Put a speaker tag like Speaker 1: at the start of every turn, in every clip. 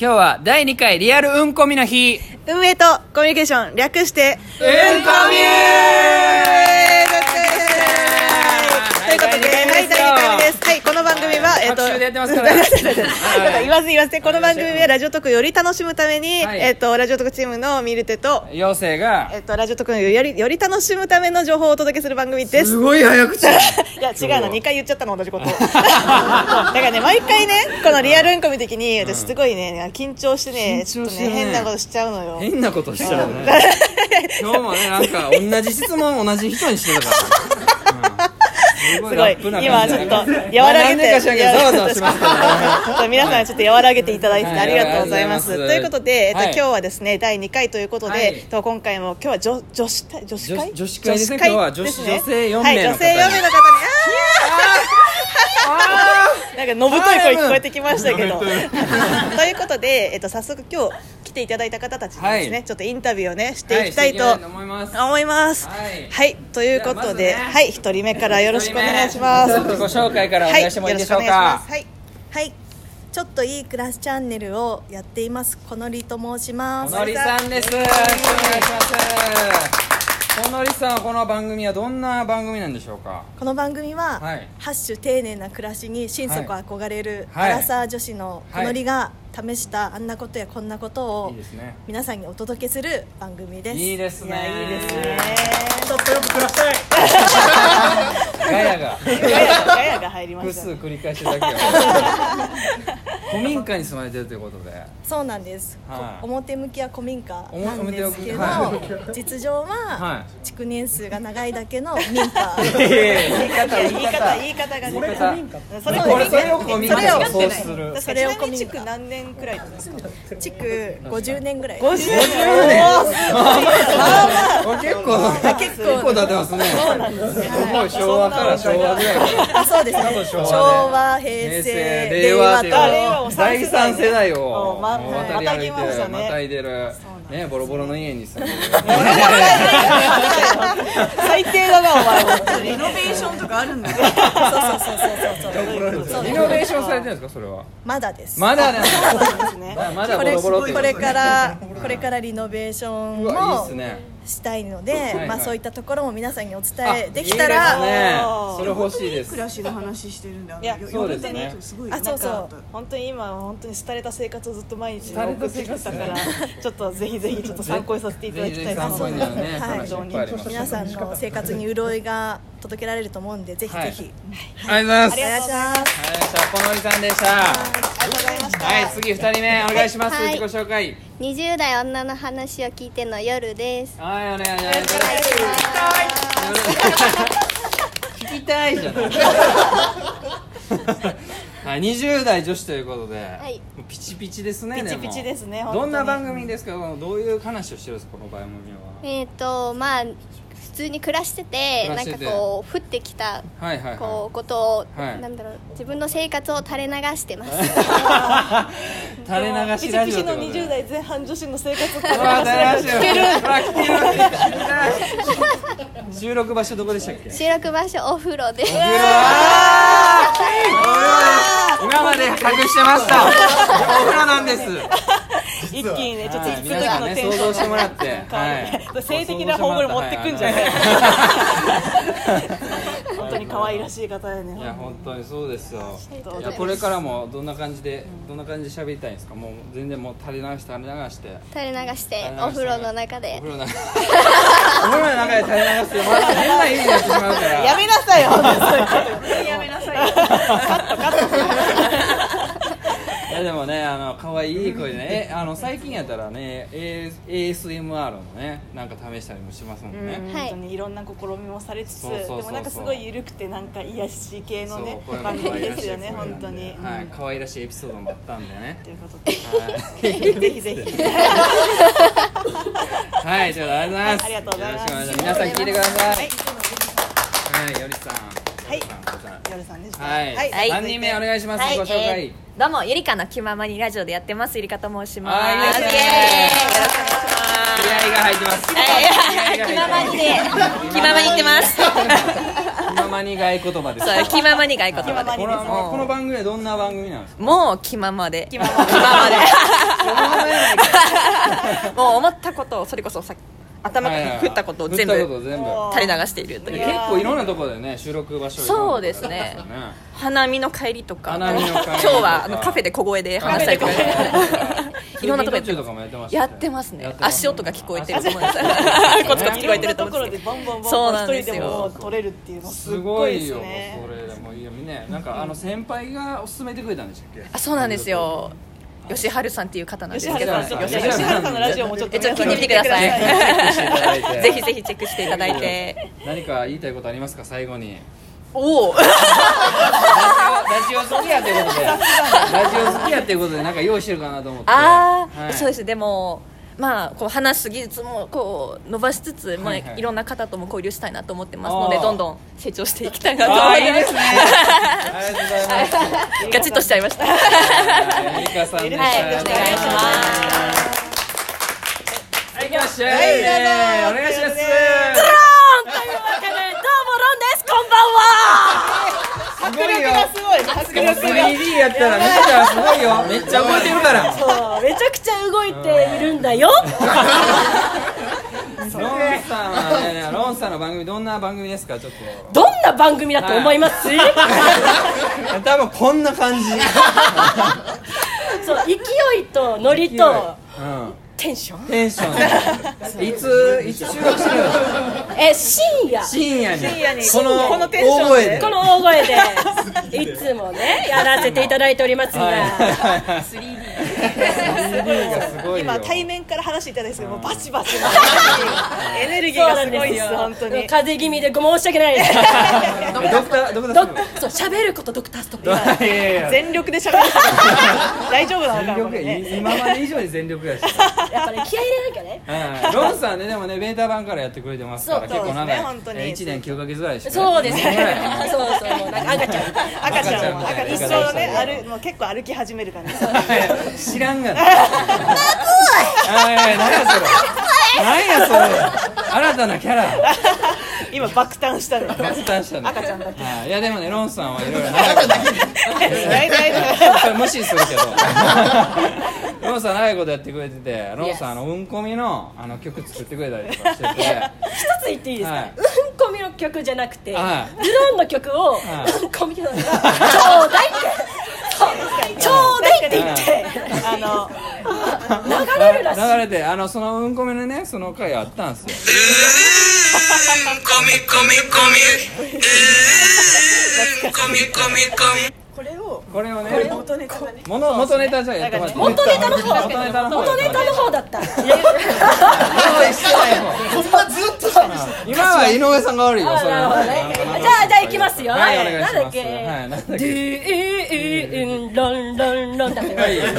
Speaker 1: 今日は第2回リアルうんこみの日
Speaker 2: 運営とコミュニケーション略して
Speaker 1: うんこみ
Speaker 2: ということで、はい、第2回目です。はい、この番組は、えっと、
Speaker 1: 拍手でやってます からね
Speaker 2: なんか言わず言わせ、この番組はラジオトークをより楽しむために、
Speaker 1: はい
Speaker 2: えっと、ラジオトークチームのミルテと、
Speaker 1: 妖精が
Speaker 2: えっと、ラジオトークをより、より楽しむための情報をお届けする番組です。
Speaker 1: ごい早口
Speaker 2: いや違うの2回言っちゃったの 同じことだからね毎回ねこのリアルインコ見の時に私すごいね緊張してねちょ
Speaker 1: 緊張
Speaker 2: っと
Speaker 1: してね
Speaker 2: ね変なことしちゃうのよ
Speaker 1: 変なことしちゃ うね今日もねなんか同じ質問同じ人にしてたから、うん
Speaker 2: すごい
Speaker 1: ラップな感じ
Speaker 2: 今ちょっ と
Speaker 1: ま
Speaker 2: 和
Speaker 1: あ
Speaker 2: らげ
Speaker 1: 何でか
Speaker 2: て
Speaker 1: 知らんけどざわざわしました ね
Speaker 2: 皆さんちょっと和らげていただいて
Speaker 1: はい
Speaker 2: ありがとうございます
Speaker 1: あり
Speaker 2: と
Speaker 1: がとうございます
Speaker 2: いうことでえっと
Speaker 1: はい
Speaker 2: 今日はですね第2回ということ
Speaker 1: はい
Speaker 2: でえっと今回も今日は女女子会女子会
Speaker 1: 女女子会ですね今日は女子
Speaker 2: ですね
Speaker 1: 女性四名の方
Speaker 2: は
Speaker 1: に
Speaker 2: い女性4名の方にあーなんかのぶとい声聞こえてきましたけどということでえっと早速今日来ていただいた方たちにです
Speaker 1: は
Speaker 2: ね
Speaker 1: い
Speaker 2: ちょっとインタビューをねしていきたいと
Speaker 1: はしてき思います
Speaker 2: 思います
Speaker 1: はい
Speaker 2: はいということで
Speaker 1: じゃあまずね
Speaker 2: はい一人目からよろしくお願いします
Speaker 1: 自己紹介からお願いしてもいいでしょうか、
Speaker 2: はい、
Speaker 3: はい、ちょっといい暮らしチャンネルをやっています。このりと申します。
Speaker 1: のりさんです。お願いします。このりさん、この番組はどんな番組なんでしょうか。
Speaker 3: この番組は、
Speaker 1: はい
Speaker 3: ハッシュ丁寧な暮らしに心底憧れる、
Speaker 1: はい
Speaker 3: アラサー女子のこのりが試したあんなことやこんなこと
Speaker 1: い
Speaker 3: を
Speaker 1: いですね。
Speaker 3: 皆さんにお届けする番組です。
Speaker 1: いいです
Speaker 2: いや
Speaker 1: ね。
Speaker 2: いいですね
Speaker 3: ちょっとよく暮らしたい。
Speaker 1: ガヤ が
Speaker 2: ガヤガヤが入りま
Speaker 1: 複
Speaker 2: した
Speaker 1: 数
Speaker 2: ね
Speaker 1: 繰り返しだけを。古民家に住まれてるということで。
Speaker 3: そうなんです。
Speaker 1: はい
Speaker 3: こ表向きは古民家なんですけど、
Speaker 1: 表
Speaker 3: 実情
Speaker 1: は
Speaker 3: はい築年数が長いだけの民家。
Speaker 1: 言い方
Speaker 2: 言い方言い方がね
Speaker 1: 言い方
Speaker 2: それを
Speaker 1: これそれを古民
Speaker 3: それ
Speaker 1: 家
Speaker 3: を
Speaker 1: がそうする。
Speaker 2: 確かにちなみに築何年くらいなんですか
Speaker 3: 築50年ぐらい。
Speaker 2: 50年
Speaker 1: これ結構結構経ってますね。もう昭和から昭和ぐらいから。
Speaker 3: あそうですね
Speaker 1: 昭
Speaker 3: 昭
Speaker 1: 和
Speaker 3: 和
Speaker 1: で
Speaker 3: 平成
Speaker 1: 令和と
Speaker 3: 令和と
Speaker 1: 第三世代を
Speaker 2: おま
Speaker 1: もう渡り歩いて
Speaker 2: またぎました
Speaker 1: る
Speaker 2: ね
Speaker 1: またいでるねボロボロの家に住んでる
Speaker 2: 最低だなお前本当に
Speaker 4: リノベーションとかあるんだよ
Speaker 3: そう そうそうそうそう
Speaker 1: リノベーションされてるんですかそれは
Speaker 3: まだです
Speaker 1: まだなんだままだ
Speaker 3: こ
Speaker 1: ボ
Speaker 3: れ
Speaker 1: ロボロって
Speaker 3: これからこれからリノベーション
Speaker 1: うわいいっす
Speaker 3: も
Speaker 1: ね
Speaker 3: したいの
Speaker 1: いは
Speaker 3: で
Speaker 1: い
Speaker 3: まあそういったところも皆さんにお伝え
Speaker 1: あ
Speaker 3: できたら
Speaker 1: いいですね
Speaker 2: おー
Speaker 1: それ欲しいです
Speaker 4: 暮らしの話してるんだよ
Speaker 2: いや
Speaker 4: よ
Speaker 1: そうですね
Speaker 4: よくすごい
Speaker 3: あそうそう
Speaker 4: なんか
Speaker 2: 本当に今は本当に廃れた生活をずっと毎日送ってきてたからちょっとぜひぜひちょっと参考にさせていただきた
Speaker 1: ぜひぜひ
Speaker 2: いな
Speaker 1: 参考になる ね話いっぱいあります
Speaker 3: 皆さんの生活に潤いが届けられると思うんでぜひぜひ
Speaker 1: ありがとうございます
Speaker 3: お願いします
Speaker 1: はいシャポノリさんでしたはい次二人目お願いします
Speaker 5: はい
Speaker 1: 自己紹介
Speaker 5: 20代女の話を聞いての夜です
Speaker 1: はいお願いします聞きたいじゃないはい、20代女子ということで、
Speaker 5: い
Speaker 1: もうピチピチですね
Speaker 2: ピチピチですね
Speaker 1: でも
Speaker 2: 本当
Speaker 1: ど
Speaker 2: に
Speaker 1: んな番組ですかどういう話をしてるんですかこの番組は
Speaker 5: えっ、とまあ普通に暮らしてて
Speaker 1: 暮らして
Speaker 5: なん
Speaker 1: て
Speaker 5: かこう降ってきた
Speaker 1: はいはい
Speaker 5: こ
Speaker 1: は
Speaker 5: うことを、
Speaker 1: はい
Speaker 5: なんだろう自分の生活を垂れ流してます
Speaker 1: い 垂れ流し
Speaker 2: ピチ
Speaker 1: ラ
Speaker 2: ピ
Speaker 1: ジオ
Speaker 2: チ
Speaker 1: ってこ
Speaker 2: の
Speaker 1: とで
Speaker 2: 20代前半女子の生活を
Speaker 1: うわ垂れ流してるほら来てる収録場所どこでしたっけ
Speaker 5: 収録場所お風呂です
Speaker 1: うわー今まで隠してましたお風呂なんです
Speaker 2: 一気にねちょっと
Speaker 1: はい
Speaker 2: つ
Speaker 1: 皆さん
Speaker 2: の
Speaker 1: ね
Speaker 2: テ
Speaker 1: 想
Speaker 2: ンション
Speaker 1: 像してもらって、はい、
Speaker 2: 性的なホームル持ってくんじゃない
Speaker 1: はい
Speaker 2: 本当に可愛らしい方やね
Speaker 1: いや本当にそうですよ
Speaker 2: とうございます
Speaker 1: いやこれからもどんな感じでどんな感じで喋りたいんですかもう全然もう垂れ流して垂れ流して
Speaker 5: 垂れ流して
Speaker 1: 垂れ流して
Speaker 5: お風呂の中
Speaker 1: お
Speaker 5: で
Speaker 1: 風呂の中お風呂の中で垂れ流してまた変な意味になってしまうから
Speaker 2: やめなさいよ
Speaker 4: やめなさいよ
Speaker 1: いやでもねあの可愛い声でねえあの最近やったらね A- ASMR もねなんか試したりもしますもんね、
Speaker 2: うん
Speaker 5: はい
Speaker 2: 本当にいろんな試みもされつつ
Speaker 1: そうそうそうそう
Speaker 2: でもなんかすごい緩くてなんか癒やし系のね
Speaker 1: これも可
Speaker 2: 番組
Speaker 1: 愛ら
Speaker 2: で
Speaker 1: し
Speaker 2: す
Speaker 1: い声
Speaker 2: よね
Speaker 1: なん
Speaker 2: 本
Speaker 1: で
Speaker 2: 当に、
Speaker 1: は
Speaker 2: う
Speaker 1: い
Speaker 2: ん
Speaker 1: 可愛らしいエピソードもあったんで ね
Speaker 2: ということで
Speaker 1: はい
Speaker 2: ぜひぜ ひ
Speaker 1: はい、じゃあ、ありが
Speaker 2: ありが
Speaker 1: と
Speaker 2: と
Speaker 1: うご
Speaker 2: うご
Speaker 1: ざ
Speaker 2: ざ
Speaker 1: い
Speaker 2: い
Speaker 1: ま。よろしくお願いします。皆さん
Speaker 2: ますす
Speaker 1: 聞いてくださ
Speaker 2: はいい。
Speaker 1: はい、よりさん。
Speaker 2: はい
Speaker 1: よりさんよりさん
Speaker 2: 夜さんでした
Speaker 1: はい、三人目お願いします。
Speaker 6: はい、
Speaker 1: ご紹
Speaker 6: え
Speaker 1: 介。
Speaker 6: ーどうもゆりかの気ままにラジオでやってますゆりかと申します。
Speaker 1: あーいいですね
Speaker 6: イ
Speaker 1: 気合
Speaker 6: エ
Speaker 1: が入ってます。
Speaker 6: ーイはい気ままにで気ままに行ってます。
Speaker 1: 気ままに外言葉です
Speaker 6: そう気ままに外言葉
Speaker 1: この
Speaker 6: で
Speaker 1: この番組はどんな番組なんですか
Speaker 6: もう気ままで気ままでもう思ったことをそれこそさ頭から降ったことを全
Speaker 1: はいはいはい降
Speaker 6: 部
Speaker 1: ったことを
Speaker 6: 垂れ流していると
Speaker 1: 全
Speaker 6: い
Speaker 1: 部
Speaker 6: う
Speaker 1: で結構いろんなところでね収録場所
Speaker 6: そうですね花見の帰りとか
Speaker 1: 花見の帰りとか
Speaker 6: 今日はあのカフェで小声で話したりとかいろんなとこ
Speaker 1: や
Speaker 6: や
Speaker 1: っ
Speaker 6: ってて
Speaker 1: と
Speaker 6: ま
Speaker 1: かもやってます
Speaker 6: やってますね足音が聞こえてると思います
Speaker 1: 音
Speaker 6: こっちが聞こえてると
Speaker 2: とこ
Speaker 6: 思
Speaker 2: ろ
Speaker 6: うんで
Speaker 2: ですバンバンバン
Speaker 6: そう
Speaker 2: バ
Speaker 6: な
Speaker 2: ン
Speaker 6: ん
Speaker 2: 一人
Speaker 6: です
Speaker 2: で
Speaker 6: よ
Speaker 2: も取れるっていうのす
Speaker 1: す
Speaker 2: っ
Speaker 1: ご
Speaker 2: ごい
Speaker 1: い
Speaker 2: です
Speaker 1: よ
Speaker 2: ね
Speaker 1: これもういやねなんかあの先輩が勧めてくれたんでしたっけ
Speaker 6: あそうなんですよ吉春さんっていう方なんです
Speaker 2: 吉
Speaker 6: け
Speaker 2: 原
Speaker 6: ど
Speaker 2: さんちょっと
Speaker 1: 吉
Speaker 2: 吉
Speaker 1: 原さん
Speaker 2: 原さんのラジオもちょっと
Speaker 6: えちょっと聞いてみてください ぜひぜひチェックしていただいて
Speaker 1: 何か言いたいことありますか最後に
Speaker 6: おお
Speaker 1: ラジオ好きやってことでラジオ好きやってことでなんか用意してるかなと思っては
Speaker 6: ああ、
Speaker 1: い
Speaker 6: そうですでもまあこう話す技術もこう伸ばしつつ、まあ
Speaker 1: はい
Speaker 6: い
Speaker 1: はい
Speaker 6: ろんな方とも交流したいなと思ってますので
Speaker 1: あー
Speaker 6: どんどん成長していきたいなと
Speaker 1: あ
Speaker 6: 思
Speaker 1: あ
Speaker 6: い
Speaker 1: いい
Speaker 6: ま
Speaker 1: ですす ねありがとうございます
Speaker 6: ガチッとしちゃ いましたはい
Speaker 1: エリカさんでした
Speaker 6: お願いします
Speaker 1: はいいきましょうお願いしますすごいよでも
Speaker 2: すごいね迫力が
Speaker 1: 3D やったらめっちゃすごいよめっちゃ覚えてるから
Speaker 7: そうめちゃくちゃ動いているんだよ
Speaker 1: ロンさんはねロンさんの番組どんな番組ですかちょっと
Speaker 7: どんな番組だと思います、
Speaker 1: 多分こんな感じ
Speaker 7: そう勢いとノリと
Speaker 1: うん
Speaker 7: テンション
Speaker 1: テンションいついつ収録してるの
Speaker 7: え深夜
Speaker 1: 深夜にこ
Speaker 2: こ
Speaker 1: の
Speaker 2: の
Speaker 1: 大
Speaker 2: テンション
Speaker 1: 声で
Speaker 7: この 大声でいつもねやらせていただいておりますが、
Speaker 1: 3D がすごいよ
Speaker 2: 今対面から話していただいてもうバチバチエネルギー
Speaker 7: そ
Speaker 2: が
Speaker 7: うな
Speaker 2: す
Speaker 7: ん
Speaker 2: ごい
Speaker 7: で
Speaker 2: ですす
Speaker 7: よ
Speaker 2: 本当に
Speaker 7: 風邪気味でご申し訳ない です
Speaker 1: ドクタードクタース
Speaker 7: ド
Speaker 1: トッ
Speaker 7: ク
Speaker 1: プ
Speaker 7: そう喋ることドクターストップ
Speaker 1: いやいやいや
Speaker 2: 全力で喋ってた大丈夫なのか
Speaker 1: 全
Speaker 2: なこ
Speaker 1: 力
Speaker 2: れ
Speaker 1: や
Speaker 2: ね
Speaker 1: い今まで以上に全力やし
Speaker 7: やっぱね気合い入れなきゃね
Speaker 1: はいロンさんねでもねベータ版からやってくれてますから
Speaker 7: そう
Speaker 1: 結構長
Speaker 2: そうですね本当
Speaker 1: い
Speaker 2: に
Speaker 1: えー一年九ヶ月ぐらいでしょ
Speaker 7: そうです
Speaker 1: 一年ぐらいか
Speaker 7: ね
Speaker 1: な
Speaker 7: そうそうもうなんか赤ちゃんみたい
Speaker 2: 赤
Speaker 7: な
Speaker 2: ちゃん
Speaker 1: 赤ちゃんみたいな
Speaker 2: も一
Speaker 1: 赤
Speaker 2: 生ね
Speaker 1: ちゃん
Speaker 2: 歩もう結構歩き始める感じ
Speaker 1: 知らんがな。はいはいなんやそれ。なんやそれ。新たなキャラ。
Speaker 2: 今爆誕したのよ
Speaker 1: 爆誕したね。
Speaker 2: 赤ちゃんだ
Speaker 1: はいいやでもねロンさんはいろいろ長いこと。
Speaker 2: 大体
Speaker 1: それ 無視するけ ど。ロンさん長いことやってくれてて、ロンさんあのうんこみのあの曲作ってくれたりとかしてて。
Speaker 7: 一つ言っていいですか、
Speaker 1: はい
Speaker 7: うんこみの曲じゃなくて、
Speaker 1: はい
Speaker 7: ドゥローンの曲を、
Speaker 1: はい
Speaker 7: うんこみのがちょうだいってそうちょうだいって言って
Speaker 2: あの
Speaker 7: 流れるらしい
Speaker 1: 流れてあのそのうんこみのねその回あったんですよ。
Speaker 4: これを
Speaker 1: これをね。
Speaker 4: 元ネタがね
Speaker 1: もの元ネタじゃやってもらって。
Speaker 7: 元ネタの方
Speaker 1: 元ネタの方。
Speaker 7: 元ネタの方だった
Speaker 1: 用意してないもん。今は井上さんが悪いよ、それ
Speaker 7: なるほどね
Speaker 1: は。
Speaker 7: じゃあじゃあ行きますよ
Speaker 1: はい、お願いします。
Speaker 7: なんだっけ
Speaker 1: はい、なんだっけ。
Speaker 7: ドゥーンロンロンロンだったよ
Speaker 1: はい、
Speaker 7: ドゥ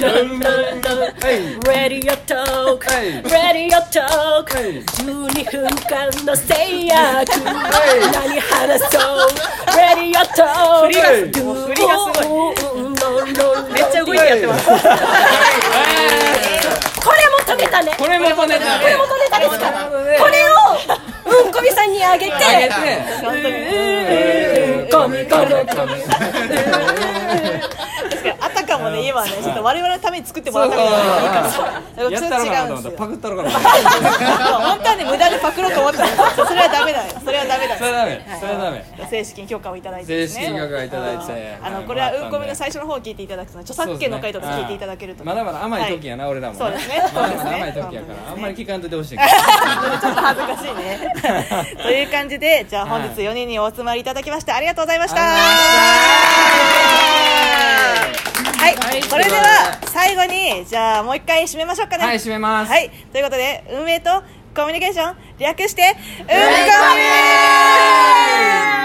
Speaker 7: ーンロンロンロン
Speaker 1: はい、
Speaker 7: Radio Talk
Speaker 1: はい
Speaker 7: Radio Talk
Speaker 1: はい
Speaker 7: 12分間の制約何話そう Radio Talk
Speaker 1: 振りがす
Speaker 7: ご
Speaker 2: 振
Speaker 7: い
Speaker 2: りがす
Speaker 7: めっちゃ動いてやってますこれも止めたね
Speaker 1: これ元ネタ
Speaker 7: これも止めたですからこれをうんこみさんにあげて
Speaker 1: あげて。
Speaker 2: 本当に
Speaker 7: うんこみこみこみ
Speaker 2: 確かにあたかもね今ねちょっと我々のために作っても
Speaker 1: そ
Speaker 2: ら
Speaker 1: う
Speaker 2: っ
Speaker 1: そ
Speaker 2: た
Speaker 1: う
Speaker 2: み たいな言い方
Speaker 1: そう。やったろかなと思っ
Speaker 2: それ違うんですよ
Speaker 1: た。パクったろかな。
Speaker 2: 本当はね無駄でパクろうと思ってたんですけどそれはダメだよそれはダメだよ
Speaker 1: それはダメ。それはダメ。
Speaker 2: 正式に許可をいただいてですね
Speaker 1: 正式に許可をいただいて
Speaker 2: あの
Speaker 1: はい
Speaker 2: これは
Speaker 1: もら
Speaker 2: う
Speaker 1: ったん
Speaker 2: ん
Speaker 1: で
Speaker 2: こみの最初の方を聞いていただくとね著作権の回とか聞いていただけると
Speaker 1: まだまだ甘い時やな、俺らもね。
Speaker 2: そうですね
Speaker 1: まだまだ甘い時やから、あんまり聞かんといてほしいけど。
Speaker 2: ちょっと恥ずかし いねという感じでじゃあ本日4人にお集まりいただきましてありがとうございましたはい、
Speaker 1: はい
Speaker 2: それでは最後にじゃあもう一回締めましょうかね
Speaker 1: はい、締めます。
Speaker 2: はい、ということで運営とコミュニケーション略して運コミュ